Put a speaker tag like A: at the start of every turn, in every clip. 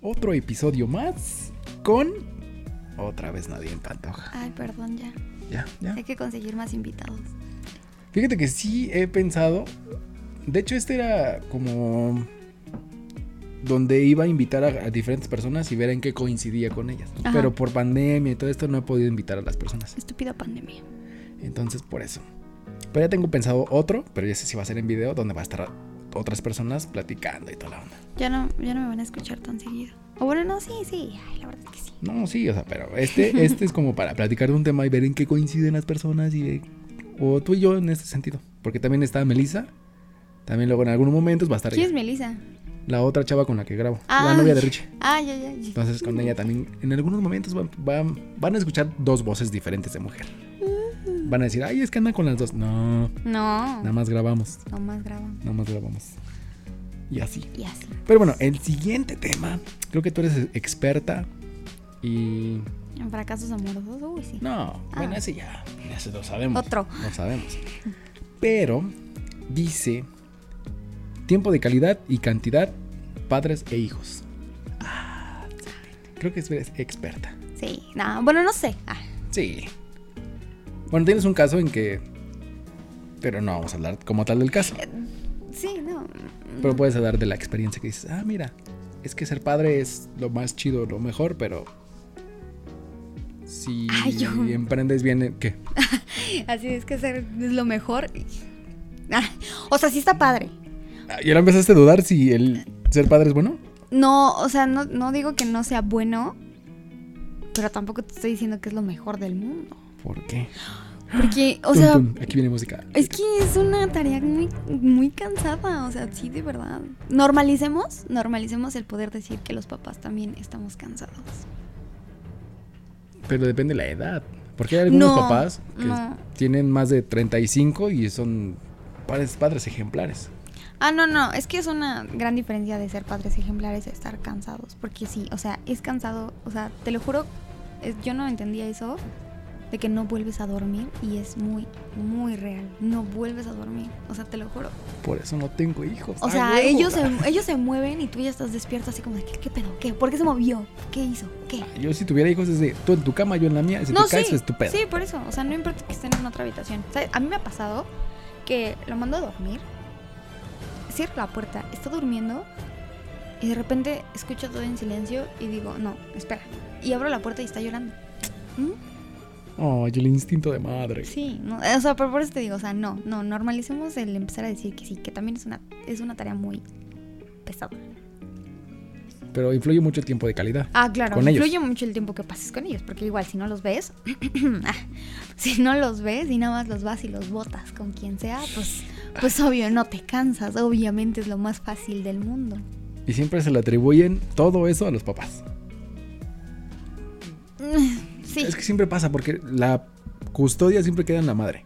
A: otro episodio más con otra vez Nadie Pantoja.
B: Ay, perdón, ya.
A: Ya, ya.
B: Hay que conseguir más invitados.
A: Fíjate que sí he pensado. De hecho, este era como donde iba a invitar a, a diferentes personas y ver en qué coincidía con ellas.
B: Ajá.
A: Pero por pandemia y todo esto no he podido invitar a las personas.
B: Estúpida pandemia.
A: Entonces, por eso. Pero ya tengo pensado otro, pero ya sé si va a ser en video, donde va a estar otras personas platicando y toda la onda.
B: Ya no, ya no me van a escuchar tan seguido. O bueno, no, sí, sí. Ay, la verdad es que sí.
A: No, sí, o sea, pero este, este es como para platicar de un tema y ver en qué coinciden las personas y eh, o tú y yo en este sentido. Porque también está Melissa. También luego en algunos momentos va a estar
B: ¿Quién es
A: ella.
B: Melissa?
A: la otra chava con la que grabo,
B: Ah.
A: la novia de Richie.
B: Ah, ya, ya. ya.
A: Entonces con ella también en algunos momentos van, van, van a escuchar dos voces diferentes de mujer. Van a decir, ay, es que anda con las dos. No,
B: No.
A: nada más grabamos,
B: No más graban.
A: nada más grabamos. Y así.
B: Y así.
A: Pero bueno, el siguiente tema, creo que tú eres experta y
B: En fracasos amorosos. Uy, sí.
A: No,
B: Ah.
A: bueno, ese ya, ese lo sabemos.
B: Otro.
A: Lo sabemos. Pero dice tiempo de calidad y cantidad, padres e hijos. Ah, creo que es eres experta.
B: Sí. No, bueno, no sé. Ah,
A: Sí. Bueno, tienes un caso en que pero no vamos a hablar como tal del caso,
B: sí, no.
A: pero puedes hablar de la experiencia que dices, ah, mira, es que ser padre es lo más chido, lo mejor, pero si
B: Ay, yo-
A: emprendes bien, ¿qué?
B: Así es que ser es lo mejor. Ah, o sea, sí está padre.
A: Ah, ¿Y ahora empezaste a dudar si el ser padre es bueno?
B: No, o sea, no, no digo que no sea bueno, pero tampoco te estoy diciendo que es lo mejor del mundo.
A: ¿Por qué?
B: Porque, o
A: Tum,
B: sea,
A: tum, aquí viene música.
B: es que es una tarea muy, muy cansada, o sea, sí, de verdad. Normalicemos, normalicemos el poder decir que los papás también estamos cansados.
A: Pero depende de la edad. Porque hay algunos
B: No,
A: papás que
B: no.
A: tienen más de 35 y son padres, padres ejemplares.
B: Ah, no, no, es que es una gran diferencia de ser padres ejemplares a estar cansados, porque sí, o sea, es cansado, o sea, te lo juro, es- yo no entendía eso, de que no vuelves a dormir y es muy, muy real, no vuelves a dormir, o sea, te lo juro.
A: Por eso no tengo hijos.
B: O
A: ¡Ah,
B: sea,
A: huevo!
B: ellos se, ellos se mueven y tú ya estás despierto así como de, ¿qué, qué pedo? ¿Qué? ¿Por qué se movió? ¿Qué hizo? ¿Qué?
A: Ah, Yo si tuviera hijos es de tú en tu cama, yo en la mía. Si te caes, es tu pedo.
B: sí, por eso. O sea, no importa que estén en otra habitación. O sea, a mí me ha pasado que lo mando a dormir, cierro la puerta, está durmiendo y de repente escucho todo en silencio y digo, no, espera. Y abro la puerta y está llorando. ¿Mm?
A: Ay, el instinto de madre.
B: Sí, no, o sea, pero por eso te digo, o sea, no, no, normalicemos el empezar a decir que sí, que también es una, es una tarea muy pesada.
A: Pero influye mucho el tiempo de calidad.
B: Ah, claro,
A: Con ellos.
B: influye mucho el tiempo que pases con ellos, porque igual si no los ves, ah, si no los ves y nada más los vas y los botas con quien sea, pues, pues obvio no te cansas, obviamente es lo más fácil del mundo.
A: Y siempre se le atribuyen todo eso a los papás.
B: Mm, Sí,
A: Es que siempre pasa porque la custodia siempre queda en la madre.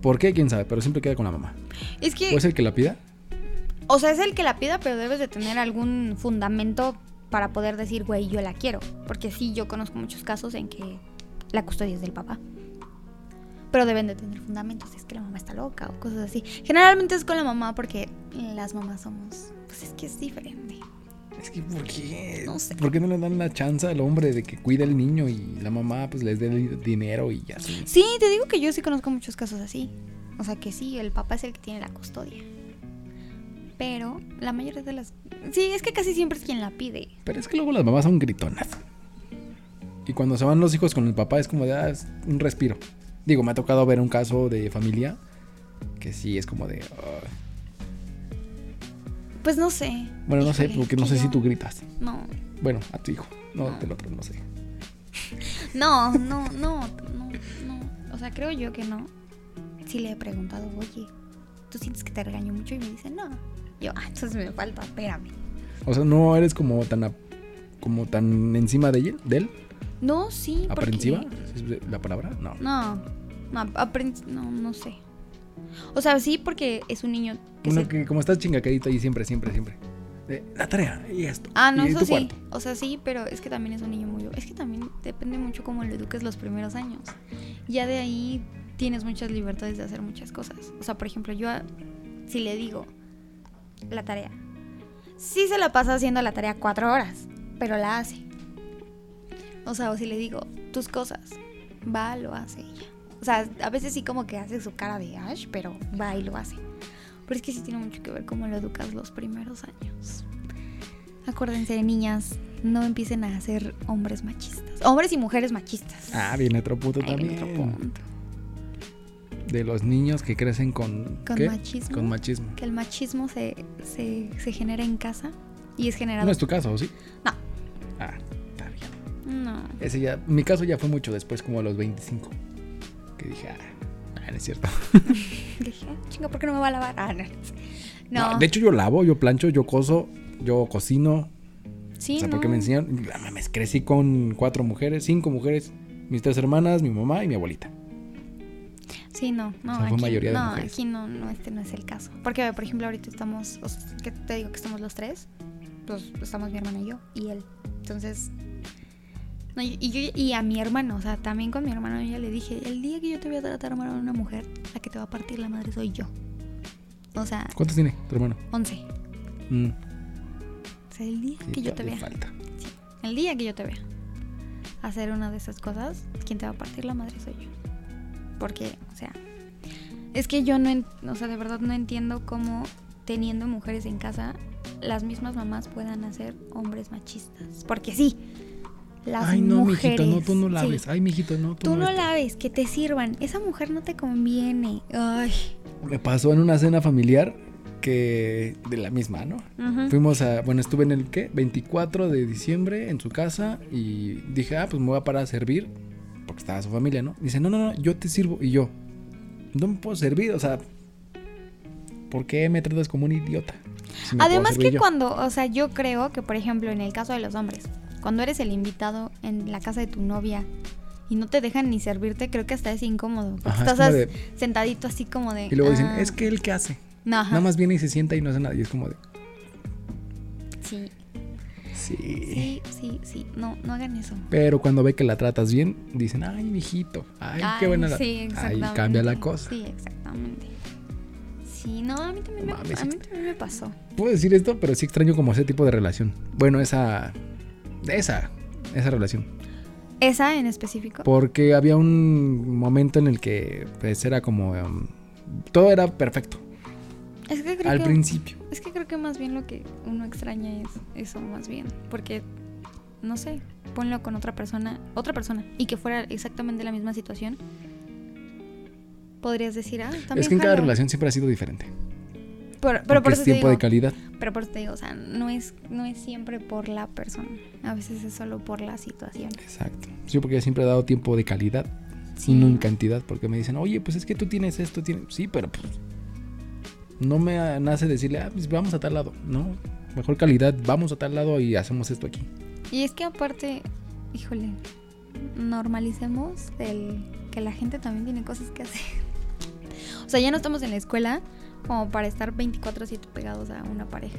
A: ¿Por qué? ¿Quién sabe? Pero siempre queda con la mamá.
B: es que,
A: ¿Puede ser que la pida?
B: o sea, es el que la pida, pero debes de tener algún fundamento para poder decir, güey, yo la quiero, porque sí, yo conozco muchos casos en que la custodia es del papá. Pero deben de tener fundamentos, es que la mamá está loca o cosas así. Generalmente es con la mamá porque las mamás somos, pues es que es diferente.
A: Es que ¿por qué?
B: No sé.
A: ¿Por qué no le dan la chance al hombre de que cuide al niño y la mamá pues les dé el dinero y así?
B: Sí, te digo que yo sí conozco muchos casos así. O sea que sí, el papá es el que tiene la custodia. Pero la mayoría de las... Sí, es que casi siempre es quien la pide.
A: Pero es que luego las mamás son gritonas. Y cuando se van los hijos con el papá es como de ah, es un respiro. Digo, me ha tocado ver un caso de familia que sí es como de... ah.
B: Pues no sé.
A: Bueno, no sé,
B: Híjole,
A: porque no
B: que
A: sé si
B: yo-
A: tú gritas.
B: No,
A: Bueno, a tu hijo. No, del otro, no sé.
B: no, no, no, no, no. O sea, creo yo que no. Sí le he preguntado, oye, ¿tú sientes que te regaño mucho? Y me dice, no. Yo, ah, entonces me falta, espérame.
A: O sea, no eres como tan... a- como tan encima de él, de él
B: No, sí. porque-
A: aprensiva, ¿Es la palabra, no.
B: No, no, apren- no, no sé. O sea, sí, porque es un niño que
A: Uno
B: se-
A: que como estás chingacadito ahí siempre, siempre, siempre. De, la tarea y esto.
B: Ah, no,
A: y
B: eso
A: tu
B: sí.
A: cuarto.
B: O sea, sí, pero es que también es un niño muy... Es que también depende mucho cómo lo eduques los primeros años. Ya de ahí tienes muchas libertades de hacer muchas cosas. O sea, por ejemplo, yo a- si le digo la tarea, sí se la pasa haciendo la tarea cuatro horas. pero la hace. O sea, o si le digo tus cosas, va, lo hace ella. O sea, a veces sí como que hace su cara de Ash, pero va y lo hace. Pero es que sí tiene mucho que ver cómo lo educas los primeros años. Acuérdense, niñas, no empiecen a ser hombres machistas. Hombres y mujeres machistas.
A: Ah, viene otro punto
B: Ahí viene
A: también.
B: otro punto.
A: De los niños que crecen con.
B: Con
A: ¿qué?
B: machismo.
A: Con machismo.
B: Que el machismo se, se, se genera en casa y es generado...
A: No es tu caso, ¿o sí?
B: No.
A: Ah, está bien.
B: No.
A: Ese ya, mi caso ya fue mucho después, como a los 25. Que dije, ah, ah, no es cierto.
B: Dije, "Ah, chinga, ¿por qué no me va a lavar? Ah, no. No,
A: No, de hecho, yo lavo, yo plancho, yo coso, yo cocino.
B: sí,
A: o sea,
B: no.
A: porque me enseñaron, no mames, crecí con cuatro mujeres, cinco mujeres, mis tres hermanas, mi mamá y mi abuelita.
B: Sí, no, no,
A: O sea, fue
B: aquí,
A: mayoría de
B: no,
A: mujeres.
B: aquí no, no, este no es el caso. Porque, por ejemplo, ahorita estamos, o sea, que te digo que estamos los tres, pues estamos mi hermana y yo, y él. Entonces, no, y, y yo, y a mi hermano, o sea, también con mi hermano yo ya le dije, el día que yo te voy a tratar mal a una mujer, la que te va a partir la madre soy yo. O sea,
A: ¿Cuántos tiene tu hermano?
B: 11.
A: Mm,
B: O sea, el día
A: sí,
B: que yo te
A: todavía
B: vea,
A: falta.
B: el día que yo te vea hacer una de esas cosas, quien te va a partir la madre soy yo. Porque, o sea, es que yo no, en- o sea, de verdad no entiendo cómo teniendo mujeres en casa, las mismas mamás puedan hacer hombres machistas. Porque sí, las
A: Ay, no,
B: mujeres.
A: mijito, no, tú no
B: sí,
A: laves. Ay, mijito, no, tú,
B: tú no
A: esto.
B: laves, que te sirvan. Esa mujer no te conviene. Ay.
A: Me pasó en una cena familiar que de la misma, ¿no?
B: ujú.
A: Fuimos a, bueno, estuve en el qué, 24 de diciembre en su casa y dije, ah, pues me voy a parar a servir, porque estaba su familia, ¿no? Dice, no, no, no, yo te sirvo y yo, no me puedo servir, o sea, ¿por qué me tratas como un idiota? Si me puedo
B: Además
A: servir
B: que
A: yo.
B: cuando, o sea, yo creo que, por ejemplo, en el caso de los hombres, cuando eres el invitado en la casa de tu novia y no te dejan ni servirte, creo que hasta es incómodo. porque
A: Ajá, es como
B: estás as-
A: de-
B: sentadito así como de...
A: Y luego dicen,
B: "Ah".
A: es que él qué hace,
B: No, ajá,
A: nada más viene y se sienta y no hace nada, y es como de,
B: Sí,
A: sí.
B: sí, sí, sí. No, no hagan eso.
A: Pero cuando ve que la tratas bien, dicen, ay, mijito, ay, qué
B: Ay,
A: buena la...
B: Sí,
A: ahí
B: exactamente.
A: cambia la cosa.
B: Sí, exactamente. Sí, no, a mí también, me,
A: Mames,
B: a mí
A: ex-
B: también me pasó.
A: Puedo decir esto, pero sí extraño como ese tipo de relación. Bueno, esa. Esa. Esa relación.
B: ¿Esa en específico?
A: Porque había un momento en el que pues era como. em, todo era perfecto.
B: es que creo
A: al
B: que...
A: principio.
B: Es que creo que más bien lo que uno extraña es eso, más bien. Porque, no sé, ponlo con otra persona, otra persona, y que fuera exactamente la misma situación. Podrías decir, ah, también.
A: Es que en cada
B: jalo".
A: relación siempre ha sido diferente.
B: Pero, pero por
A: porque
B: eso
A: es
B: te
A: tiempo
B: digo,
A: de calidad.
B: pero por eso te digo, o sea, no es, no es siempre por la persona. A veces es solo por la situación.
A: Exacto. Yo porque siempre he dado tiempo de calidad. Y
B: Mm.
A: no en cantidad. Porque me dicen, oye, pues es que tú tienes esto, tienes. Sí, pero pues. No me ah, nace decirle, ah, pues vamos a tal lado. No. Mejor calidad, vamos a tal lado y hacemos esto aquí.
B: Y es que aparte, híjole, normalicemos el que la gente también tiene cosas que hacer. O sea, ya no estamos en la escuela como para estar 24/7 pegados a una pareja.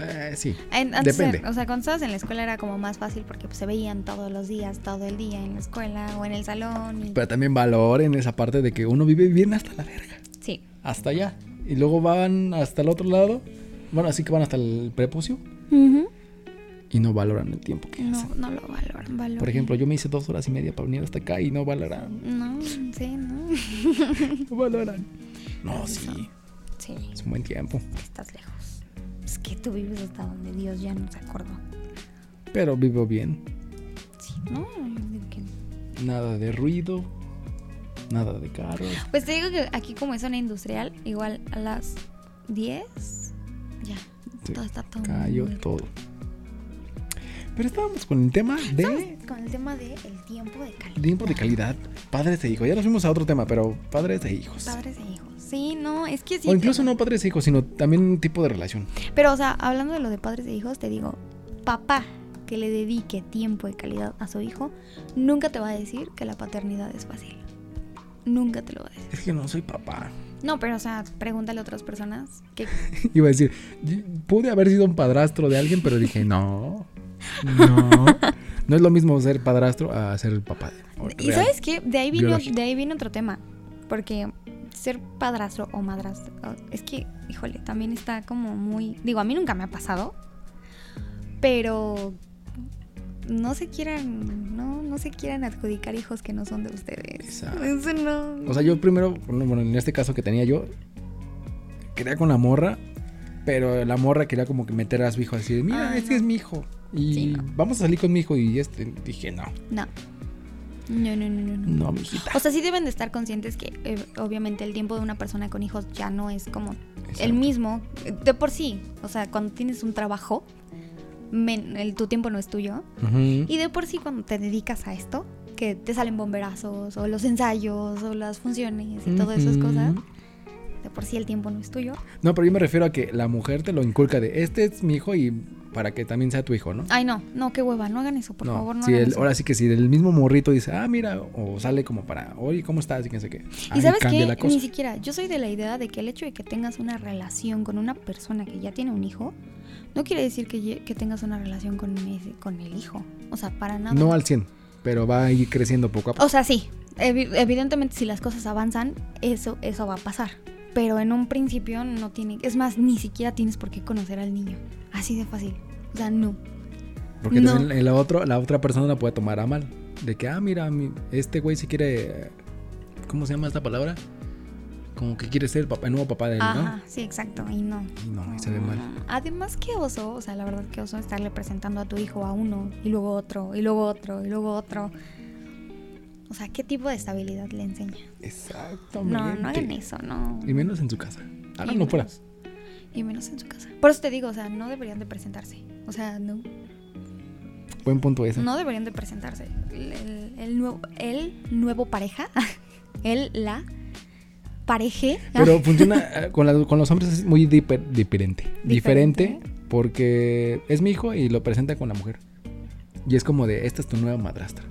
A: Eh, sí.
B: En- antes era-
A: Depende.
B: o sea, cuando estabas en la escuela era como más fácil porque pues, se veían todos los días, todo el día en la escuela o en el salón. y-
A: Pero también valoren esa parte de que uno vive bien hasta la verga.
B: Sí,
A: Hasta allá. Y luego van hasta el otro lado. Bueno, así que van hasta el prepucio. Y no valoran el tiempo que
B: no,
A: hacen.
B: no lo valoran, valoran.
A: Por ejemplo, yo me hice dos horas y media para venir hasta acá y no valoran.
B: No, sí, no.
A: No valoran. No, sí.
B: Sí,
A: Es un buen tiempo.
B: estás lejos. Es que tú vives hasta donde Dios ya no se acordó.
A: Pero vivo bien.
B: Sí, no, yo digo que no.
A: Nada de ruido. Nada de carros.
B: Pues te digo que aquí como es zona industrial, igual a las 10 ya
A: Sí,
B: todo está todo
A: Cayó
B: muerto.
A: todo. Pero estábamos con el tema de...
B: Estamos Con el tema del el tiempo de calidad.
A: Tiempo de calidad. Padres e hijos. Ya nos fuimos a otro tema, pero padres e hijos.
B: Padres e hijos. Sí, no, es que sí.
A: o incluso
B: pero,
A: no padres e hijos, sino también un tipo de relación.
B: Pero, o sea, hablando de lo de padres e hijos, te digo, papá que le dedique tiempo de calidad a su hijo, nunca te va a decir que la paternidad es fácil. Nunca te lo va a decir.
A: Es que no soy papá.
B: No, pero, o sea, pregúntale a otras personas que
A: Iba a decir, "Yo pude haber sido un padrastro de alguien, pero dije, no. No. No es lo mismo ser padrastro a ser el papá. de-
B: Y
A: real.
B: sabes qué, de ahí vino,
A: biológico.
B: de ahí viene otro tema, porque ser padrastro oh, o madrastro, es que, híjole, también está como muy, digo, a mí nunca me ha pasado, Pero no se quieran, no, no se quieran adjudicar hijos que no son de ustedes.
A: Exacto.
B: Eso no.
A: O sea, yo primero, bueno, bueno, en este caso que tenía yo, quería con la morra, pero la morra quería como que meter a su hijo así de, mira,
B: Ah,
A: este
B: no.
A: es mi hijo. Y
B: Sí, no.
A: vamos a salir con mi hijo. Y este, dije, no,
B: No. No, no, no, no, no.
A: no, mijita.
B: O sea, sí deben de estar conscientes que eh, obviamente el tiempo de una persona con hijos ya no es como el
A: Exacto.
B: mismo. eh, De por sí. O sea, cuando tienes un trabajo, men- el, tu tiempo no es tuyo.
A: Ujú.
B: Y de por sí cuando te dedicas a esto, que te salen bomberazos o los ensayos o las funciones y todas esas
A: Ujú.
B: cosas, de por sí el tiempo no es tuyo.
A: No, pero yo me refiero a que la mujer te lo inculca de, este es mi hijo y para que también sea tu hijo, ¿no?
B: Ay, no, no, qué hueva, no hagan eso, Ah, por
A: no,
B: favor, no
A: si
B: hagan
A: el-
B: eso.
A: ahora sí que si el mismo morrito dice, ah, mira, o sale como para, oye, ¿cómo estás? Y que no sé qué.
B: Y
A: Ahí
B: sabes
A: cambia
B: que
A: la
B: ni
A: cosa.
B: siquiera, yo soy de la idea de que el hecho de que tengas una relación con una persona que ya tiene un hijo, no quiere decir que, lle- que tengas una relación con, ese- con el hijo. O sea, para nada.
A: No al 100, pero va a ir creciendo poco a poco.
B: O sea, sí, evi- evidentemente si las cosas avanzan, eso, eso va a pasar. Pero en un principio no tiene, es más, ni siquiera tienes por qué conocer al niño. Así de fácil. O sea, no.
A: Porque
B: no.
A: también el otro, la otra persona la puede tomar a mal. De que, ah, mira, mi- este güey si quiere, eh, ¿cómo se llama esta palabra? Como que quiere ser el, papá, el nuevo papá de él,
B: Ajá, sí, exacto. Y no.
A: ¿no? Y no, y se ve mal.
B: Además, qué oso, o sea, la verdad que oso estarle presentando a tu hijo a uno y luego otro y luego otro y luego otro. O sea, ¿qué tipo de estabilidad le enseña?
A: Exactamente.
B: No, no hagan eso, no.
A: Y menos en su casa.
B: Y
A: Háganlo fuera.
B: menos- Y menos en su casa. Por eso te digo, o sea, no deberían de presentarse. O sea, no.
A: Buen punto ese.
B: No deberían de presentarse. El, el- el nuevo, el nuevo pareja, el, la pareje.
A: Pero funciona eh, con, la- con los hombres es muy dipe- diferente.
B: Diferente.
A: diferente. porque es mi hijo y lo presenta con la mujer. Y es como de, esta es tu nueva madrastra.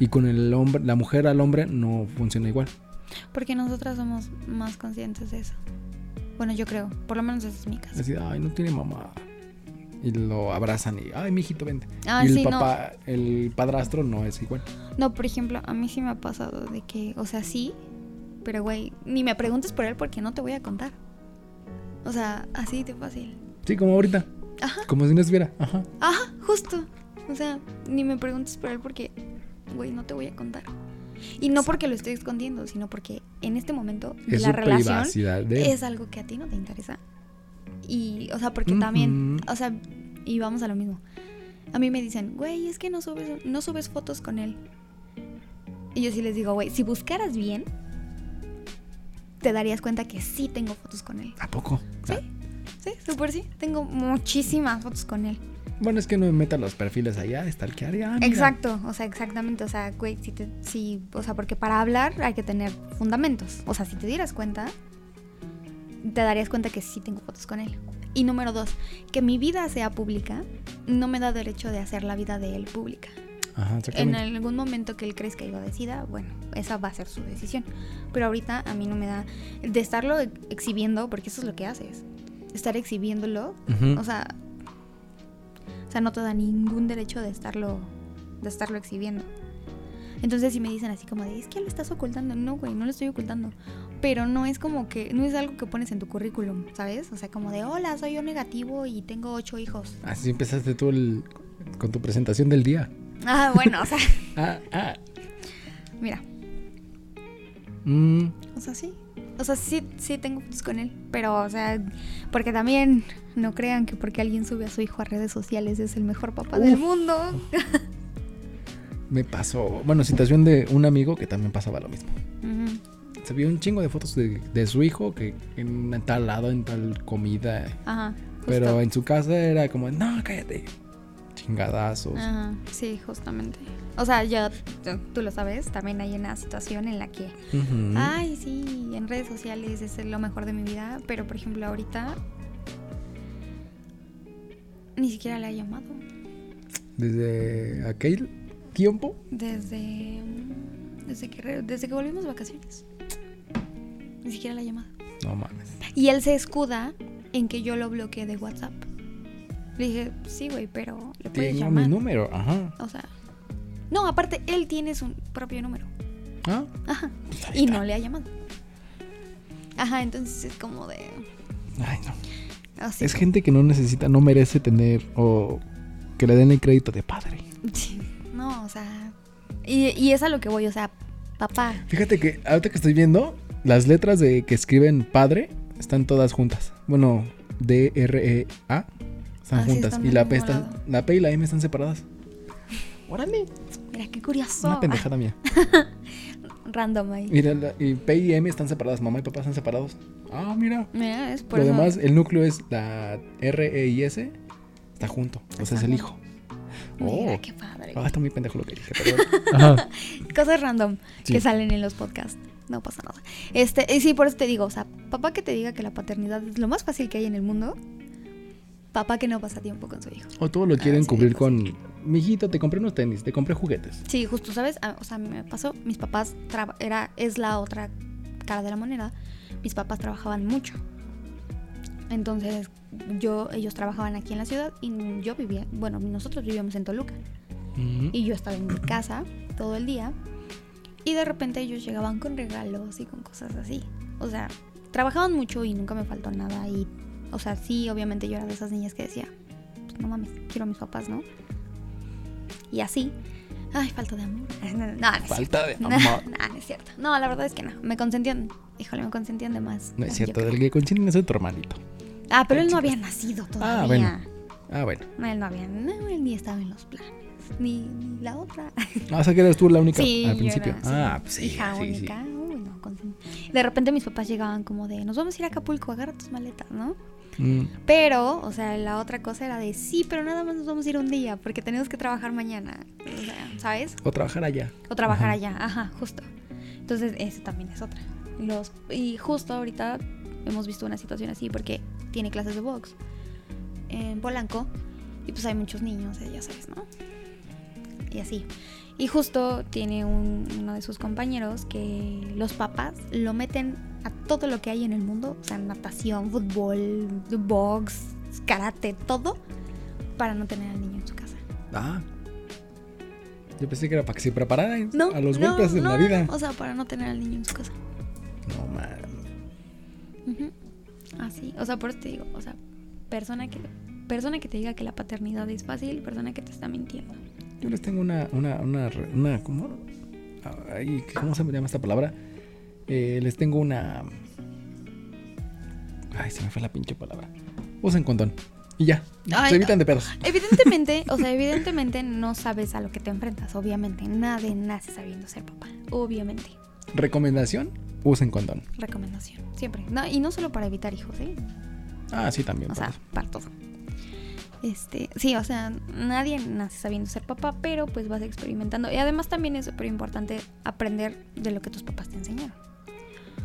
A: Y con el hombre, la mujer al hombre no funciona igual.
B: Porque nosotras somos más conscientes de eso. Bueno, yo creo. Por lo menos ese es mi caso.
A: Pues Así, ay, no tiene mamá. Y lo abrazan y, ay, mijito, vente.
B: Ah,
A: y el
B: sí, no.
A: papá, el padrastro no es igual.
B: No, por ejemplo, a mí sí me ha pasado de que, o sea, sí, pero güey, ni me preguntes por él porque no te voy a contar. O sea, así de fácil.
A: Sí, como ahorita.
B: Ajá.
A: Como si no estuviera. Ajá.
B: Ajá, justo. O sea, ni me preguntes por él porque, güey, no te voy a contar. Y no porque lo estoy escondiendo, sino porque en este momento
A: Es
B: la
A: su
B: relación
A: privacidad de él.
B: es algo que a ti no te interesa. Y, o sea, porque
A: Ujú.
B: también, o sea, y vamos a lo mismo. A mí me dicen, güey, es que no subes, no subes fotos con él. Y yo sí les digo, güey, si buscaras bien, te darías cuenta que sí tengo fotos con él.
A: ¿A poco?
B: Sí,
A: Ah,
B: sí, súper sí. Tengo muchísimas fotos con él.
A: Bueno, es que no me metan los perfiles allá, stalkear y, ah, mira.
B: Exacto, o sea, exactamente, o sea, güey, si te, si, o sea, porque para hablar hay que tener fundamentos, o sea, si te dieras cuenta, te darías cuenta que sí tengo fotos con él. Y número dos, que mi vida sea pública no me da derecho de hacer la vida de él pública.
A: Ajá,
B: En
A: exactamente.
B: algún momento que él crezca y lo decida, bueno, esa va a ser su decisión. Pero ahorita a mí no me da de estarlo ex- exhibiendo, porque eso es lo que haces, estar exhibiéndolo
A: Ujú.
B: o sea, o sea, no te da ningún derecho de estarlo, de estarlo exhibiendo. Entonces si me dicen así como de, es que lo estás ocultando, no, güey, no lo estoy ocultando. Pero no es como que, no es algo que pones en tu currículum, ¿sabes? O sea, como de, hola, soy yo negativo y tengo ocho hijos.
A: Así empezaste tú el- con tu presentación del día.
B: Ah, bueno, o sea,
A: Ah, ah.
B: mira,
A: Mm,
B: o sea, sí. O sea, sí, sí tengo fotos con él, pero, o sea, porque también no crean que porque alguien sube a su hijo a redes sociales es el mejor papá del
A: Uf.
B: mundo.
A: me pasó. Bueno, situación de un amigo que también pasaba lo mismo.
B: Ujú.
A: Se vio un chingo de fotos de, de su hijo que en tal lado, en tal comida.
B: Ajá.
A: Pero
B: justo.
A: en su casa era como, no, cállate. Chingadazos.
B: Ajá, sí, justamente. O sea, ya tú- tú lo sabes, también hay una situación en la que,
A: Ujú.
B: ay, sí, en redes sociales es lo mejor de mi vida, pero por ejemplo ahorita ni siquiera la he llamado
A: Desde aquel tiempo.
B: desde desde que re- desde que volvimos de vacaciones. Ni siquiera la he llamado.
A: No mames.
B: Y él se escuda en que yo lo bloqueé de WhatsApp. Le dije, sí, güey, pero le puedes
A: Tengo
B: llamar.
A: mi número. Ajá.
B: O sea, no, aparte él tiene su propio número.
A: Ah,
B: Ajá.
A: pues ahí
B: Y
A: está.
B: no le ha llamado. Ajá, entonces es como de. oh,
A: Ay, no.
B: así
A: Es gente que no necesita, no merece tener o que le den el crédito de padre.
B: Sí, No, o sea. Y, y es a lo que voy, o sea, papá.
A: Fíjate que ahorita que estoy viendo, las letras de que escriben padre están todas juntas. Bueno, D, R, E, A están
B: Ah, sí,
A: juntas.
B: están
A: y
B: del
A: la P,
B: mismo
A: está-
B: lado.
A: la P y la M están separadas. Órale.
B: Mira, qué curioso.
A: Una pendejada mía.
B: Ah, random ahí.
A: Mira, la- y P y M están separadas. Mamá y papá están separados. Ah, mira.
B: Mira, es por
A: Lo
B: eso.
A: demás, el núcleo es la R, E y S. Está junto. O sea, es el
B: junto.
A: hijo.
B: Mira,
A: Oh.
B: qué padre.
A: Ah, está muy pendejo lo que dije, pero bueno.
C: Ajá.
B: Cosas random
A: Sí.
B: que salen en los podcasts. No pasa nada. Este, y sí, por eso te digo, o sea, papá que te diga que la paternidad es lo más fácil que hay en el mundo. Papá que no pasa tiempo con su hijo.
A: O todo lo quieren
B: sí,
A: cubrir
B: pues.
A: con. Mijito, te compré unos tenis, te compré juguetes.
B: Sí, justo, ¿sabes? Ah, O sea, me pasó, mis papás traba- era es la otra cara de la moneda. Mis papás trabajaban mucho. Entonces, yo ellos trabajaban aquí en la ciudad y yo vivía, bueno, nosotros vivíamos en Toluca
A: Ujú.
B: y yo estaba en mi casa todo el día y de repente ellos llegaban con regalos y con cosas así. O sea, trabajaban mucho y nunca me faltó nada y o sea, sí, obviamente yo era de esas niñas que decía, "Pues, no mames, quiero a mis papás, ¿no? Y así, ay, falta de amor. No, no, no es
A: Falta de
B: no,
A: amor.
B: no, no es cierto. No, la verdad es que no. Me consentían. Híjole, me consentían de más.
A: No es
B: Yo
A: cierto,
B: creo.
A: del que consiguen es de tu hermanito.
B: Ah, pero él no había nacido todavía.
A: Ah, bueno. Ah, bueno.
B: No, él no había. No, él ni estaba en los planes. Ni, ni la otra.
A: Ah, o sea que eres tú la única
B: Sí,
A: al
B: yo
A: principio.
B: era, sí.
A: ah, pues sí.
B: Hija
A: sí, sí.
B: única. Uy, no, consen- De repente mis papás llegaban como de, nos vamos a ir a Acapulco, agarra tus maletas, ¿no?
A: Mm,
B: Pero, o sea, la otra cosa era de, sí, pero nada más nos vamos a ir un día porque tenemos que trabajar mañana. O sea, ¿sabes?
A: o trabajar allá.
B: O trabajar
A: Ajá.
B: allá, ajá, justo. Entonces, eso también es otra. Los, y justo ahorita hemos visto una situación así porque tiene clases de box en Polanco y pues hay muchos niños, eh, ya sabes, ¿no? Y así. Y justo tiene un- uno de sus compañeros que los papás lo meten a todo lo que hay en el mundo, o sea, natación, fútbol, box, karate, todo, para no tener al niño en su casa.
A: Ah. Yo pensé que era para que se preparara en-
B: No,
A: a los
B: no,
A: golpes en
B: no,
A: la
B: no,
A: vida.
B: O sea, para no tener al niño en su casa.
A: No, man.
B: Ujú. Así, Ah, o sea, por eso te digo, o sea, persona que, persona que te diga que la paternidad es fácil, persona que te está mintiendo.
A: Yo les tengo una, una, una, re- una, ¿cómo? Ay, ¿cómo se me llama esta palabra? Eh, les tengo una. Ay, se me fue la pinche palabra. Usen condón. Y ya.
B: Ay,
A: se evitan de pedos.
B: Evidentemente, o sea, evidentemente no sabes a lo que te enfrentas, obviamente, nadie nace sabiendo ser papá, obviamente.
A: Recomendación: usen condón.
B: Recomendación, siempre. No, y no solo para evitar hijos, ¿eh?
A: Ah, sí, también.
B: O
A: por
B: sea,
A: eso.
B: para todo. Este, sí, o sea, nadie nace sabiendo ser papá, pero pues vas experimentando. Y además también es súper importante aprender de lo que tus papás te enseñaron.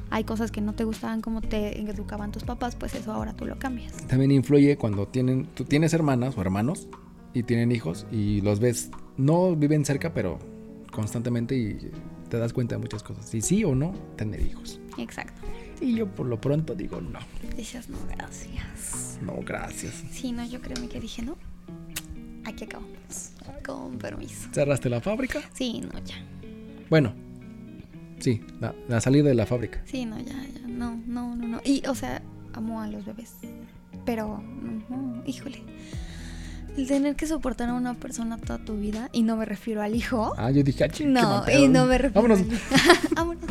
B: Hay cosas que no te gustaban como te educaban tus papás, pues eso ahora tú lo cambias.
A: También influye cuando tienen, tú tienes hermanas o hermanos y tienen hijos y los ves, no viven cerca, pero constantemente y te das cuenta de muchas cosas. Si sí o no, tener hijos.
B: Exacto.
A: Y yo por lo pronto digo no,
B: Dices, no, gracias.
A: no, gracias.
B: Sí, no, yo créeme que dije, no, aquí acabamos. Con permiso.
A: ¿Cerraste la fábrica?
B: Sí, no, ya.
A: Bueno, sí, la, la salida de la fábrica.
B: Sí, no, ya, ya. No, no, no, no. Y, o sea, amo a los bebés. Pero, no, no, híjole. El tener que soportar a una persona toda tu vida, y no me refiero al hijo.
A: Ah, yo dije, ah, ching, qué mal
B: No,
A: pedo.
B: y no me refiero.
A: Vámonos,
B: al hijo. Vámonos.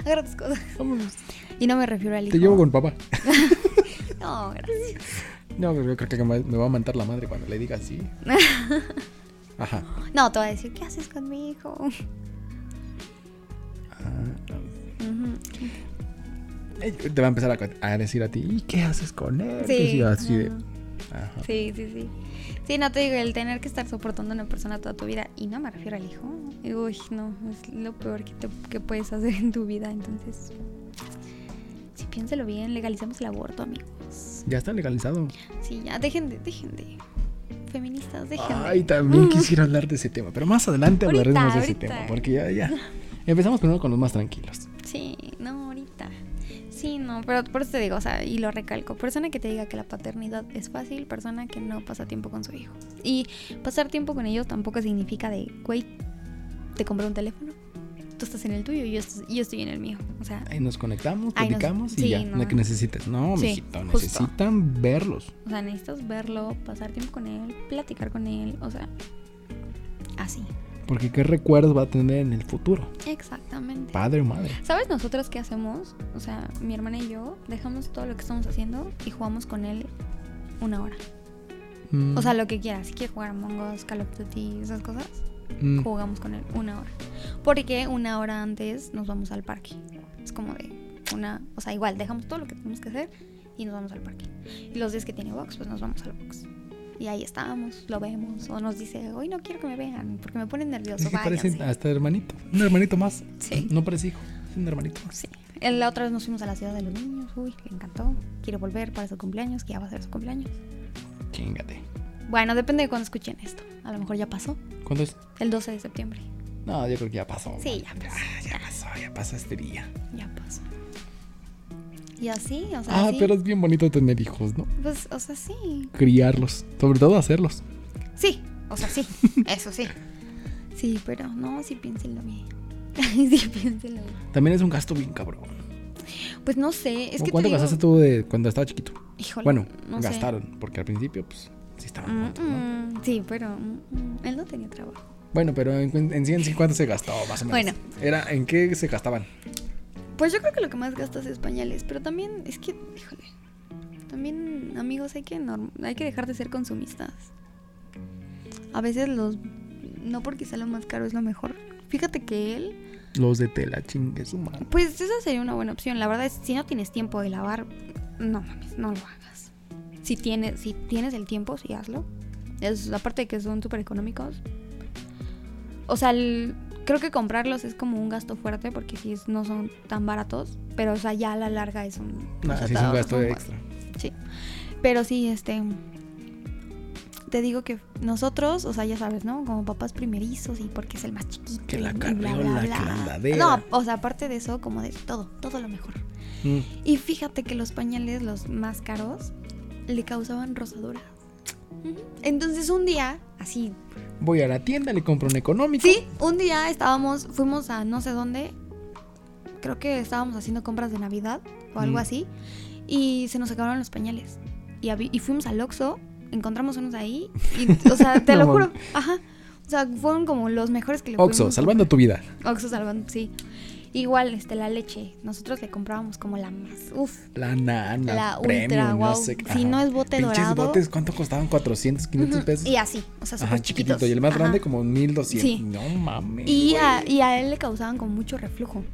B: Agarra tus cosas.
A: vámonos.
B: Y no me refiero al hijo.
A: Te llevo con papá.
B: No, gracias.
A: No, yo creo que me me va a mantar la madre cuando le diga así. Ajá.
B: No, te voy a decir, ¿qué haces con mi hijo? Ujú.
A: Eh, Te va a empezar a, a decir a ti, ¿y qué haces con él?
B: Sí,
A: Y así de,
B: no, no.
A: ajá.
B: Sí, sí, sí. Sí, no te digo, el tener que estar soportando a una persona toda tu vida, y no me refiero al hijo, y, uy, no, es lo peor que, te- que puedes hacer en tu vida, entonces, si piénselo bien, legalicemos el aborto, amigos.
A: Ya está legalizado.
B: Sí, ya, dejen de, dejen de. Feministas, dejen de.
A: Ay, también quisiera hablar de ese tema, pero más adelante
B: Ahorita,
A: hablaremos de ese
B: ahorita.
A: tema, porque ya, ya. Empezamos primero con los más tranquilos.
B: Sí, no, ahorita. Sí, no, pero por eso te digo, o sea, y lo recalco, persona que te diga que la paternidad es fácil, persona que no pasa tiempo con su hijo. Y pasar tiempo con ellos tampoco significa de, güey, te compré un teléfono, tú estás en el tuyo y yo, est- yo estoy en el mío. O sea,
A: Ahí nos conectamos,
B: Ahí nos-
A: platicamos y
B: sí,
A: ya,
B: no.
A: lo que necesites. No,
B: Sí,
A: mijito,
B: justo.
A: necesitan verlos.
B: o sea, necesitas verlo, pasar tiempo con él, platicar con él, o sea, así.
A: Porque qué recuerdos va a tener en el futuro.
B: Exactamente.
A: Padre o madre.
B: ¿Sabes nosotros qué hacemos? O sea, mi hermana y yo dejamos todo lo que estamos haciendo y jugamos con él una hora.
A: Mm,
B: O sea, lo que quieras. Si quiere jugar Among Us, Call of Duty, esas cosas,
A: mm.
B: jugamos con él una hora. Porque una hora antes nos vamos al parque. Es como de una... O sea, igual, dejamos todo lo que tenemos que hacer y nos vamos al parque. Y los días que tiene box, pues nos vamos al box. Y ahí estamos, lo vemos. O nos dice, hoy no quiero que me vean porque me ponen nervioso.
A: Es que
B: váyanse".
A: parece hasta hermanito. Un hermanito más.
B: Sí.
A: No parece hijo. Es un hermanito más.
B: Sí. Eh, La otra vez nos fuimos a la ciudad de los niños. Uy, le encantó. Quiero volver para su cumpleaños, que ya va a ser su cumpleaños.
A: Chingate.
B: Bueno, depende de cuando escuchen esto. A lo mejor ya pasó.
A: ¿Cuándo es?
B: El 12 de septiembre.
A: No, yo creo que ya pasó.
B: Sí, ya pasó.
A: Ah, ya pasó, ya pasó este día.
B: Ya pasó. Y así, o sea,
A: Ah,
B: sí,
A: pero es bien bonito tener hijos, ¿no?
B: pues, o sea, sí.
A: Criarlos. Sobre todo hacerlos.
B: Sí, o sea, sí. Eso sí. Sí, pero no, sí piénsenlo bien. sí, piénsenlo bien.
A: También es un gasto bien cabrón.
B: Pues no sé, es que te
A: ¿Cuánto
B: digo-
A: gastaste tú de cuando estaba chiquito?
B: Híjole,
A: bueno,
B: no sé.
A: gastaron, porque al principio, pues, sí estaban
B: Mm,
A: juntos, ¿no?
B: mm, sí, pero mm, mm, él no tenía trabajo.
A: Bueno, pero en, cuen- en sí, en sí, ¿cuánto se gastó, más o menos?
B: Bueno.
A: Era, ¿En qué se gastaban?
B: Pues yo creo que lo que más gastas es pañales, pero también es que, híjole, también amigos hay que norm- hay que dejar de ser consumistas. A veces los no porque sea lo más caro es lo mejor. Fíjate que él,
A: Los de tela, chingue su madre.
B: pues esa sería una buena opción. La verdad es si no tienes tiempo de lavar, no mames, no lo hagas. Si tienes si tienes el tiempo, sí hazlo. Es aparte de que son súper económicos. O sea, el- creo que comprarlos es como un gasto fuerte porque sí es- no son tan baratos, pero o sea, ya a la larga es un
A: No,
B: o sea,
A: Ah, sí
B: te
A: es un
B: ahorras
A: gasto
B: un buen-
A: extra.
B: Sí. Pero sí, este. Te digo que nosotros, o sea, ya sabes, ¿no? Como papás primerizos y porque es el más chiquito.
A: Que la
B: y bla, bla,
A: carriola,
B: bla.
A: que la andadera.
B: No, o sea, aparte de eso, como de todo, todo lo mejor.
A: Mm.
B: Y fíjate que los pañales, los más caros, le causaban rosaduras. Ujú. Entonces un día, así,
A: Voy a la tienda, le compro un económico.
B: Sí, un día estábamos, fuimos a no sé dónde, creo que estábamos haciendo compras de Navidad o algo
A: Mm.
B: así, y se nos acabaron los pañales. Y, habi- y fuimos al Oxxo, encontramos unos ahí, y, o sea, te
A: No
B: lo juro,
A: mames.
B: ajá. O sea, fueron como los mejores que le
A: Oxo,
B: pudimos
A: salvando tu vida.
B: comprar. Oxxo salvando, sí. Igual, este, la leche, nosotros le comprábamos como la más, uff,
A: La nana,
B: la
A: premium,
B: ultra, wow.
A: no sé. qué.
B: Si
A: Ajá.
B: no es bote
A: Pinches
B: dorado.
A: botes, ¿cuánto costaban? 400, 500
B: ujú,
A: pesos.
B: Y así, o sea,
A: Ajá,
B: súper
A: chiquitito.
B: chiquitos.
A: Y el más
B: ajá.
A: grande como 1200.
B: Sí.
A: No mames.
B: Y
A: güey.
B: a, y a él le causaban como mucho reflujo.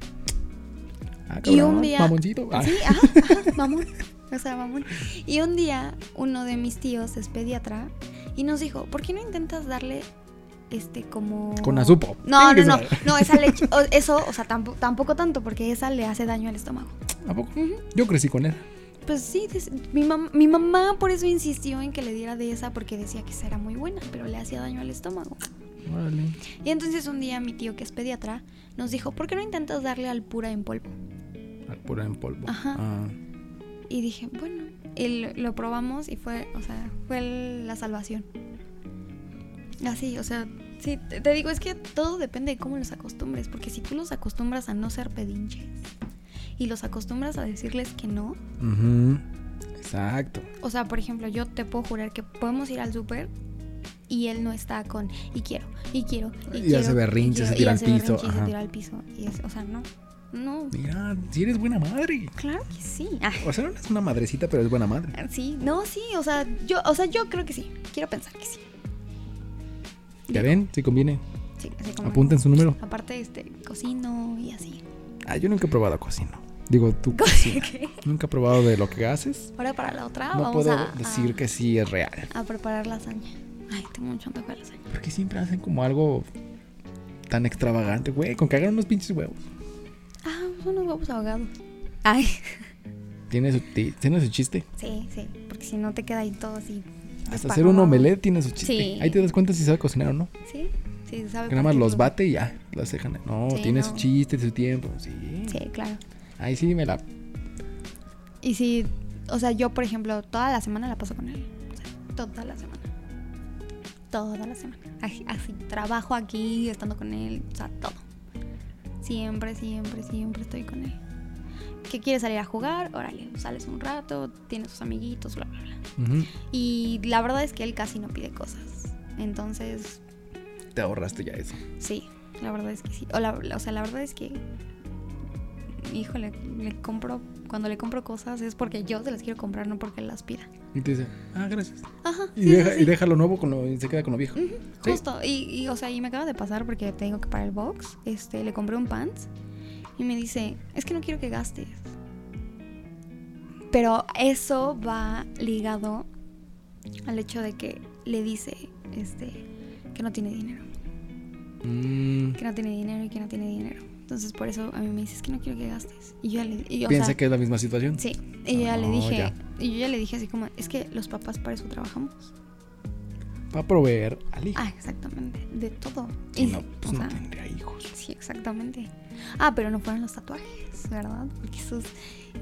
A: Ah,
B: y
A: cabrón,
B: un día-
A: Mamoncito. Ah,
B: Sí, ajá, ajá, mamón. O sea, mamón. Y un día, uno de mis tíos es pediatra y nos dijo, ¿por qué no intentas darle este como.
A: Con azupo.
B: No, no,
A: Chingue su
B: no.
A: madre.
B: No, esa leche. o- Eso, o sea, tampo- tampoco tanto, porque esa le hace daño al estómago.
A: ¿A poco? Yo crecí con él.
B: Pues sí, des- mi, mam- mi mamá por eso insistió en que le diera de esa, porque decía que esa era muy buena, pero le hacía daño al estómago.
A: Órale.
B: Y entonces un día mi tío, que es pediatra, nos dijo, ¿por qué no intentas darle al pura en polvo?
A: Al puro en polvo.
B: Ajá.
A: Ah.
B: Y dije, bueno, y lo, lo probamos y fue, o sea, fue el- la salvación. Así, o sea, sí, te, te digo, es que todo depende de cómo los acostumbres, porque si tú los acostumbras a no ser pedinches y los acostumbras a decirles que no,
A: Ujú. Exacto.
B: o sea, por ejemplo, yo te puedo jurar que podemos ir al súper y él no está con y quiero, y quiero, y,
A: Y
B: quiero.
A: hace
B: y
A: berrinche, se
B: quiero", y
A: tira al
B: hace
A: piso,
B: berrinche y se
A: ajá.
B: tira al piso, y es, o sea, no, no,
A: Mira, si eres buena madre.
B: claro que sí. Ah.
A: O sea, no es una madrecita, pero es buena madre.
B: Sí, no, sí, o sea, yo, o sea, yo creo que sí. Quiero pensar que sí.
A: ¿Ya ven? Si conviene.
B: Sí, así como-
A: Apunten su número.
B: Aparte, este, cocino y así.
A: Ah, yo nunca he probado cocina. Digo, tú cocina.
B: ¿Qué?
A: Nunca he probado de lo que haces.
B: Ahora para la otra
A: No
B: Ah, vamos
A: puedo
B: a,
A: decir
B: a,
A: que sí es real.
B: a preparar lasaña. Ay, tengo mucho antojo de lasaña.
A: Porque siempre hacen como algo tan extravagante, güey. Con que hagan unos pinches huevos.
B: Ah, son unos huevos ahogados. Ay,
A: Tiene su, ti- tiene su chiste.
B: sí, sí, porque si no te queda ahí todo así.
A: Hasta hacer un
B: desparramado.
A: omelette tiene su chiste.
B: Sí.
A: Ahí te das cuenta si sabe cocinar o no.
B: Sí, sí, sabe.
A: Nada más
B: por qué
A: los
B: lo-
A: bate y ya. Las dejan. No,
B: Sí,
A: tiene
B: no.
A: su chiste, su tiempo. Sí.
B: Sí, claro.
A: Ahí sí me la.
B: Y si, o sea, yo, por ejemplo, toda la semana la paso con él. O sea, toda la semana. Toda la semana. Así, así, trabajo aquí, estando con él, o sea, todo. Siempre, siempre, siempre estoy con él. ¿Que quieres salir a jugar? Órale, sales un rato, tienes tus amiguitos, bla, bla, bla.
A: Ujú.
B: Y la verdad es que él casi no pide cosas. Entonces,
A: Te ahorraste ya eso.
B: sí, la verdad es que sí. O, la- o sea, la verdad es que, híjole, le compro, cuando le compro cosas es porque yo se las quiero comprar, no porque él las pida.
A: Y te dice, ah, gracias.
B: Ajá.
A: Y,
B: sí, sí,
A: deja,
B: sí.
A: y deja lo nuevo con lo, y se queda con lo viejo. Sí.
B: Justo, y, y, o sea, y me acaba de pasar porque tengo que para el box, este, le compré un pants y me dice, es que no quiero que gastes. Pero eso va ligado al hecho de que le dice, este, que no tiene dinero,
A: Mm,
B: que no tiene dinero y que no tiene dinero. Entonces por eso a mí me dice, es que no quiero que gastes. Y yo ya le y, o
A: piensa
B: sea,
A: que es la misma situación.
B: Sí, y yo ya le
A: Oh,
B: dije,
A: ya.
B: y yo ya le dije así como, es que los papás para eso trabajamos.
A: Para proveer al hijo.
B: Ah, exactamente, de todo.
A: Y no, pues no
B: o sea,
A: tendría hijos.
B: Sí, exactamente. Ah, pero no fueron los tatuajes, ¿verdad? Porque esos,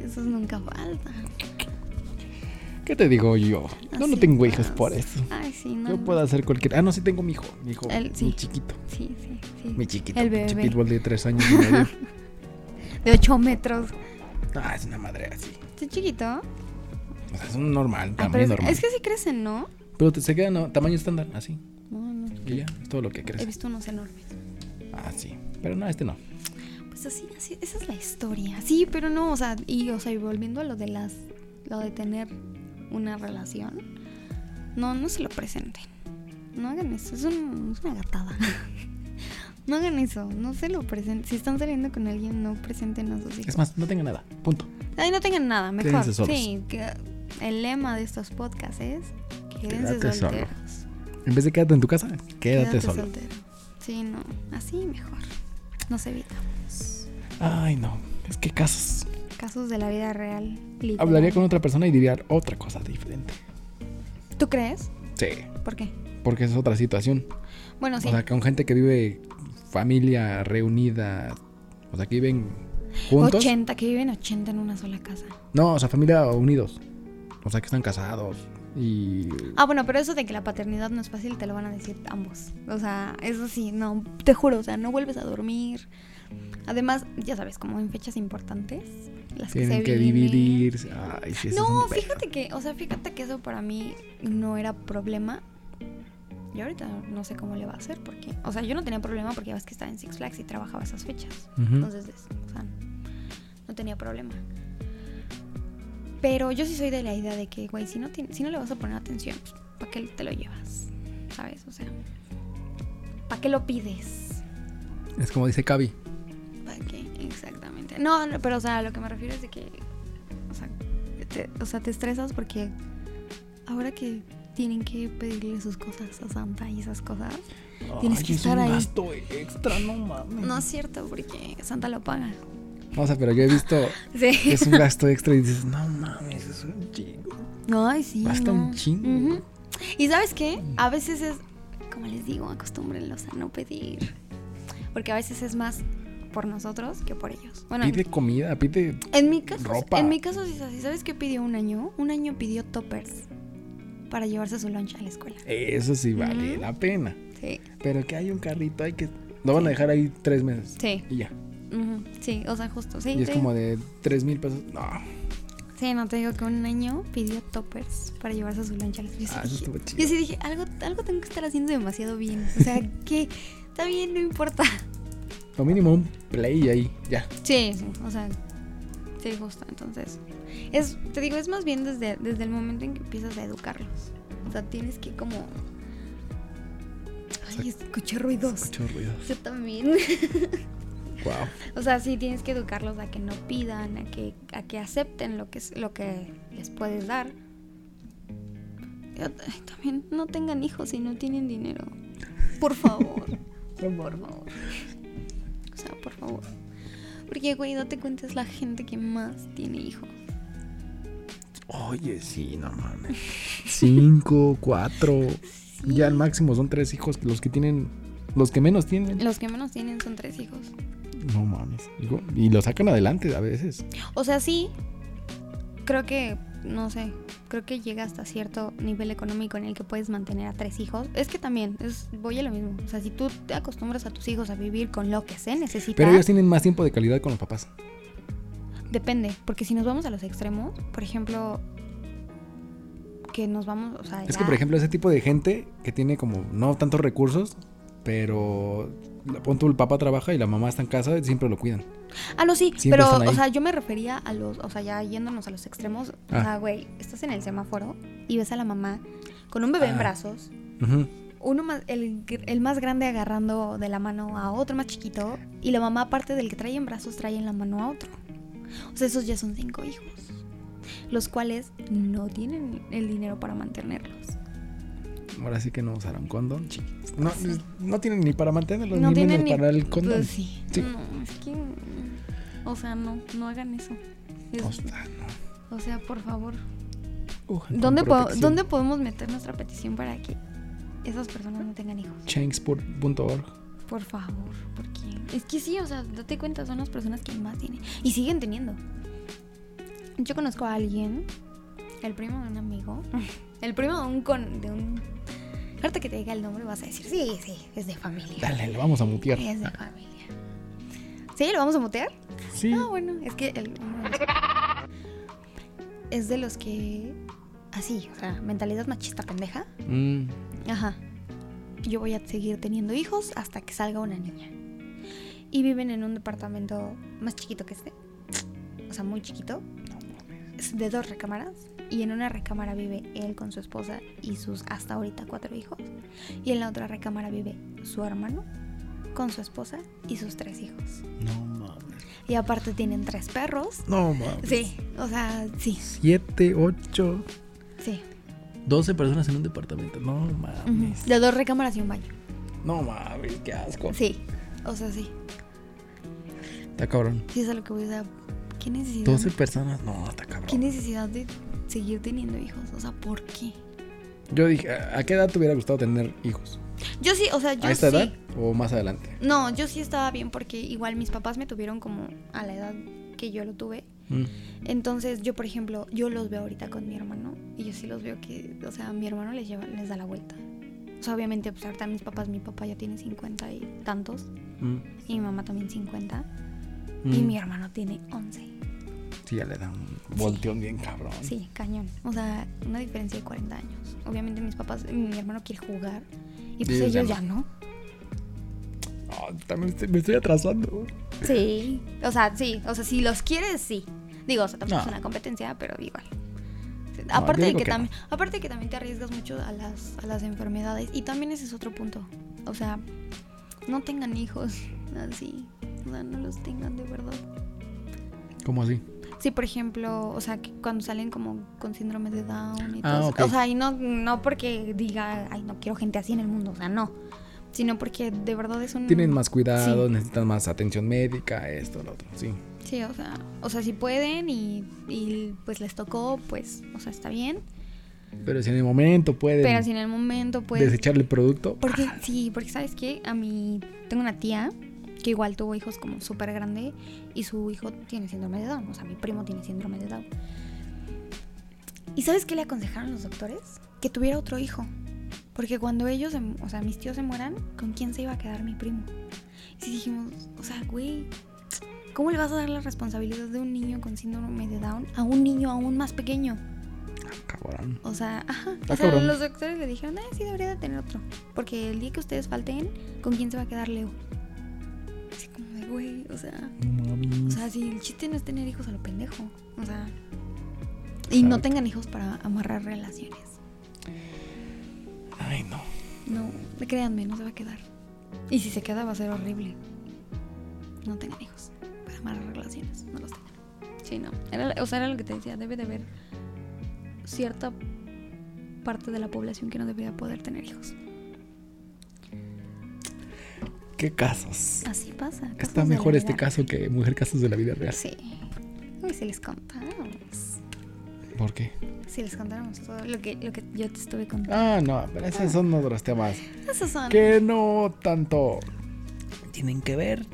B: esos nunca faltan.
A: ¿Qué te digo yo? Yo no
B: Así
A: tengo hijos
B: pasa.
A: por eso.
B: Ay, sí, no.
A: Yo
B: no.
A: puedo hacer cualquier. Ah, no, sí tengo mi hijo. Mi hijo.
B: El- sí.
A: Mi chiquito.
B: Sí, sí, sí.
A: Mi chiquito.
B: El
A: pinche
B: bebé.
A: pitbull de tres años y medio.
B: De 8 metros.
A: ah, es una madre así.
B: ¿Está chiquito?
A: O sea, es un normal,
B: Ah,
A: tamaño
B: pero es-
A: normal.
B: es que sí crecen, ¿no?
A: Pero te- se queda no, tamaño estándar, así.
B: No, no.
A: Y ya, es todo lo que
B: He
A: crece.
B: visto unos enormes.
A: Ah, sí. Pero no, este no.
B: Pues así, así, esa es la historia. Sí, pero no, o sea, y o sea, y volviendo a lo de las lo de tener una relación. No, no se lo presenten. No hagan eso, es, un- es una gatada. no hagan eso, no se lo presenten. Si están saliendo con alguien, no presenten a sus hijos.
A: Es más, no tenga nada. Punto.
B: Ahí no tengan nada, mejor.
A: Quédense solos.
B: Sí, que- el lema de estos podcasts es quédense
A: Quédate solo.
B: solteros.
A: En vez de quédate en tu casa, quédate, solo.
B: soltero. Sí, no, así mejor. No se evita.
A: Ay, no. Es que casas.
B: Casos de la vida real. literal.
A: Hablaría con otra persona y diría otra cosa diferente.
B: ¿Tú crees?
A: Sí.
B: ¿Por qué?
A: Porque es otra situación.
B: Bueno, sí.
A: O sea, con gente que vive familia reunida. O sea, que viven juntos.
B: 80, que viven 80 en una sola casa.
A: No, o sea, familia unidos. O sea, que están casados. Y.
B: Ah, bueno, pero eso de que la paternidad no es fácil te lo van a decir ambos. O sea, eso sí, no, te juro, o sea, no vuelves a dormir. Además, ya sabes, como en fechas importantes, las
A: Tienen
B: que
A: que
B: se vienen.
A: dividirse. Ay, sí, eso es
B: No,
A: un pedo.
B: fíjate que, o sea, fíjate que eso para mí no era problema. Y ahorita no sé cómo le va a hacer porque, o sea, yo no tenía problema porque ya ves que estaba en Six Flags y trabajaba esas fechas.
A: Ujú.
B: Entonces, des- o sea, no tenía problema. Pero yo sí soy de la idea de que, güey, si no, tien- si no le vas a poner atención, ¿para qué te lo llevas? ¿Sabes? O sea, ¿para qué lo pides?
A: Es como dice Cavi.
B: ¿Para qué? Exactamente. No, no, pero o sea, lo que me refiero es de que, o sea, te, o sea, te estresas porque ahora que tienen que pedirle sus cosas a Santa y esas cosas, Tienes que
A: Ay, es
B: estar
A: un
B: ahí.
A: gasto extra, no mames.
B: no es cierto porque Santa lo paga.
A: O sea, pero yo he visto que
B: Sí.
A: es un gasto extra y dices, no mames, es un chingo.
B: Ay, sí.
A: Basta
B: no.
A: un chingo.
B: Ujú. Y sabes qué? A veces es, como les digo, acostúmbrenlos a no pedir. Porque a veces es más por nosotros que por ellos. Bueno,
A: Pide comida, pide.
B: En mi caso,
A: Ropa.
B: en mi caso sí es así. ¿Sabes qué pidió un año? Un año pidió toppers para llevarse su lunch a la escuela.
A: Eso sí vale
B: Ujú.
A: la pena.
B: Sí,
A: Pero que hay un carrito, hay que. Lo van a dejar ahí tres meses.
B: sí,
A: Y ya.
B: ujú, sí, o sea, justo, sí.
A: Y es
B: te
A: como
B: digo.
A: de tres mil pesos. No, ah,
B: Sí, no te digo que un año pidió toppers para llevarse su lunch a la escuela. Yo sí
A: Ah, eso
B: dije,
A: estuvo
B: yo
A: chido.
B: sí dije, algo, algo tengo que estar haciendo demasiado bien. O sea, que está bien, no importa.
A: Lo mínimo un play ahí, ya.
B: Sí, sí, o sea, sí, justo. Entonces, es, te digo, es más bien desde, desde el momento en que empiezas a educarlos. O sea, tienes que como... Ay, escuché ruidos.
A: Escucho ruidos.
B: Yo también.
A: Wow.
B: O sea, sí tienes que educarlos a que no pidan, a que, a que acepten lo que, es- lo que les puedes dar. Yo t- ay, también no tengan hijos si no tienen dinero. Por favor. por favor. O sea, por favor. Porque, güey, no te cuentes la gente que más tiene hijos.
A: Oye, sí, no mames. Cinco, cuatro. Ya al máximo son tres hijos los que tienen. Los que menos tienen.
B: Los que menos tienen son tres hijos.
A: No mames. Digo, Y lo sacan adelante a veces.
B: O sea, sí, creo que no sé, creo que llega hasta cierto nivel económico en el que puedes mantener a tres hijos. Es que también, es, voy a lo mismo. O sea, si tú te acostumbras a tus hijos a vivir con lo que se necesita,
A: Pero ellos tienen más tiempo de calidad con los papás.
B: depende. Porque si nos vamos a los extremos, por ejemplo, que nos vamos, o sea,
A: Es que,
B: ya-
A: por ejemplo, ese tipo de gente que tiene como no tantos recursos, pero la- pon tú, el papá trabaja y la mamá está en casa, siempre lo cuidan.
B: Ah, no, sí,
A: Siempre
B: pero,
A: están ahí.
B: o sea, yo me refería a los, o sea, ya yéndonos a los extremos,
A: Ah.
B: o sea, güey, estás en el semáforo y ves a la mamá con un bebé en
A: Ah.
B: brazos,
A: Ujú.
B: uno más, el, gr- el más grande agarrando de la mano a otro más chiquito, y la mamá, aparte del que trae en brazos, trae en la mano a otro. O sea, esos ya son cinco hijos, los cuales no tienen el dinero para mantenerlos.
A: Ahora sí que no usarán condón, chiquitos. No, no tienen ni para mantenerlos,
B: no
A: ni menos
B: tienen ni-
A: para el condón.
B: Pues sí.
A: Sí.
B: No, es que, o sea, no, no hagan eso. Es-
A: O sea, no.
B: o sea, por favor.
A: Cojan con
B: ¿Dónde, po-
A: protección.
B: ¿Dónde podemos meter nuestra petición para que esas personas no tengan hijos?
A: Changsport.org.
B: Por favor, porque es que sí, o sea, date cuenta, son las personas que más tienen y siguen teniendo. Yo conozco a alguien, el primo de un amigo, el primo de un con de un ahorita que te diga el nombre vas a decir, sí, sí, es de familia.
A: Dale, lo vamos a mutear. Ah,
B: Es de familia. ¿Sí? ¿Lo vamos a mutear?
A: Sí.
B: Ah, bueno, es que el- uno de los- es de los que así, o sea, mentalidad machista pendeja.
A: Mm,
B: Ajá. Yo voy a seguir teniendo hijos hasta que salga una niña. Y viven en un departamento más chiquito que este. O sea, muy chiquito. Es de dos recámaras. Y en una recámara vive él con su esposa y sus hasta ahorita cuatro hijos. Y en la otra recámara vive su hermano con su esposa y sus tres hijos.
A: no mames.
B: Y aparte tienen tres perros.
A: No mames.
B: Sí, o sea, sí,
A: 7, 8,
B: sí.
A: 12 personas en un departamento. No mames.
B: Ujú. De dos recámaras y un baño.
A: No mames, qué asco.
B: Sí, o sea, sí.
A: Está cabrón.
B: Sí, es a lo que voy a decir. ¿Qué necesidad?
A: 12 personas. No, está cabrón.
B: ¿Qué necesidad de seguir teniendo hijos? O sea, ¿por qué?
A: Yo dije, ¿a a qué edad te hubiera gustado tener hijos?
B: Yo sí, o sea, yo
A: ¿A esta
B: sí.
A: edad o más adelante?
B: No, yo sí estaba bien porque igual mis papás me tuvieron como a la edad que yo lo tuve.
A: Mm.
B: Entonces, yo, por ejemplo, yo los veo ahorita con mi hermano y yo sí los veo que, o sea, mi hermano les lleva les da la vuelta. O sea, obviamente, pues ahorita mis papás, mi papá ya tiene 50 y tantos
A: Mm.
B: y mi mamá también 50 y
A: Mm.
B: mi hermano tiene 11.
A: Sí, ya le da un volteón bien cabrón.
B: Sí, cañón. O sea, una diferencia de 40 años. Obviamente mis papás, mi hermano quiere jugar y pues
A: ellos ya
B: ellos ya no.
A: Ah, también estoy- me estoy atrasando.
B: Sí. O sea, sí. O sea, si los quieres, sí. Digo, o sea, tampoco es
A: No.
B: una competencia, pero igual.
A: yo
B: Aparte de
A: digo
B: que,
A: que no.
B: también, aparte de que también te arriesgas mucho a las, a las enfermedades. Y también ese es otro punto. O sea, no tengan hijos así. O sea, no los tengan de verdad.
A: ¿Cómo así?
B: Sí, por ejemplo, o sea, que cuando salen como con síndrome de Down y
A: Ah,
B: todo eso.
A: ok.
B: O sea, y no, no porque diga, ay, no quiero gente así en el mundo, o sea, no. Sino porque de verdad es un...
A: Tienen más cuidado,
B: Mm. Sí.
A: necesitan más atención médica, esto, lo otro. Sí.
B: Sí, o sea, o sea, si pueden y, y, pues les tocó, pues, o sea, está bien.
A: Pero si en el momento pueden
B: Pero si en el momento, pues...
A: desechar el producto, ah,
B: Porque, sí, porque sabes que a mí tengo una tía que igual tuvo hijos como súper grande y su hijo tiene síndrome de Down, o sea, mi primo tiene síndrome de Down. ¿Y sabes qué le aconsejaron los doctores? Que tuviera otro hijo. Porque cuando ellos, se mu- o sea, mis tíos se mueran, ¿con quién se iba a quedar mi primo? Y sí dijimos, o sea, güey, ¿cómo le vas a dar la responsabilidad de un niño con síndrome de Down a un niño aún más pequeño?
A: cabrón.
B: O sea, ajá.
A: Está
B: O sea,
A: Ah, cabrón.
B: los doctores le dijeron, ah, sí, debería de tener otro. Porque el día que ustedes falten, ¿con quién se va a quedar Leo? Así como de, güey, o sea. O sea, si el chiste no es tener hijos a lo pendejo. O sea. Y no
A: Exacto.
B: tengan hijos para amarrar relaciones.
A: Ay, no.
B: No, créanme, no se va a quedar. Y si se queda, va a ser horrible. No tengan hijos para amarrar relaciones. No los tengan. Sí, no. Era- o sea, era lo que te decía. Debe de haber cierta parte de la población que no debería poder tener hijos.
A: ¿Qué casos?
B: Así pasa. casos de
A: Está
B: la
A: mejor este
B: vida.
A: caso que mujer casos de la vida real.
B: Sí. Uy, si les contáramos.
A: ¿Por qué?
B: Si les contáramos todo lo que, lo que yo te estuve contando.
A: Ah, no, pero esos son otros temas
B: Esos son.
A: que no tanto tienen que ver.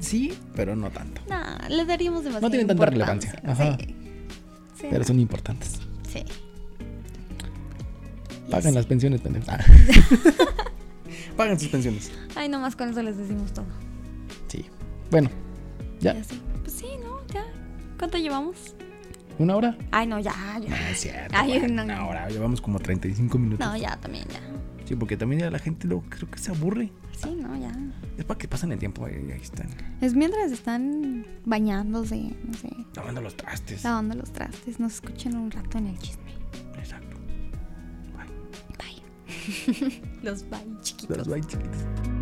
A: Sí, pero no tanto.
B: No, le daríamos demasiado.
A: No tienen tanta relevancia. Ajá.
B: Sí. Sí.
A: Pero son importantes.
B: Sí. Y
A: Pagan
B: así.
A: las pensiones, pendejos. Ah. Pagan sus pensiones.
B: Ay, nomás con eso les decimos todo.
A: Sí. Bueno, Ya.
B: sé. Pues sí, ¿no? Ya. ¿Cuánto llevamos?
A: ¿una hora?
B: Ay, no, ya,
A: No,
B: ya.
A: es cierto.
B: Ay,
A: bueno,
B: no.
A: Una hora. Llevamos como 35 minutos.
B: No, ya también, ya.
A: Sí, porque también ya la gente luego creo que se aburre.
B: Sí, no, ya.
A: Es para que pasen el tiempo ahí, ahí están.
B: Es mientras están bañándose, no sé,
A: Lavando los trastes.
B: lavando los trastes, nos escuchan un rato en el chisme.
A: Exacto. Bye.
B: Bye. los bye, chiquitos.
A: Los bye, chiquitos.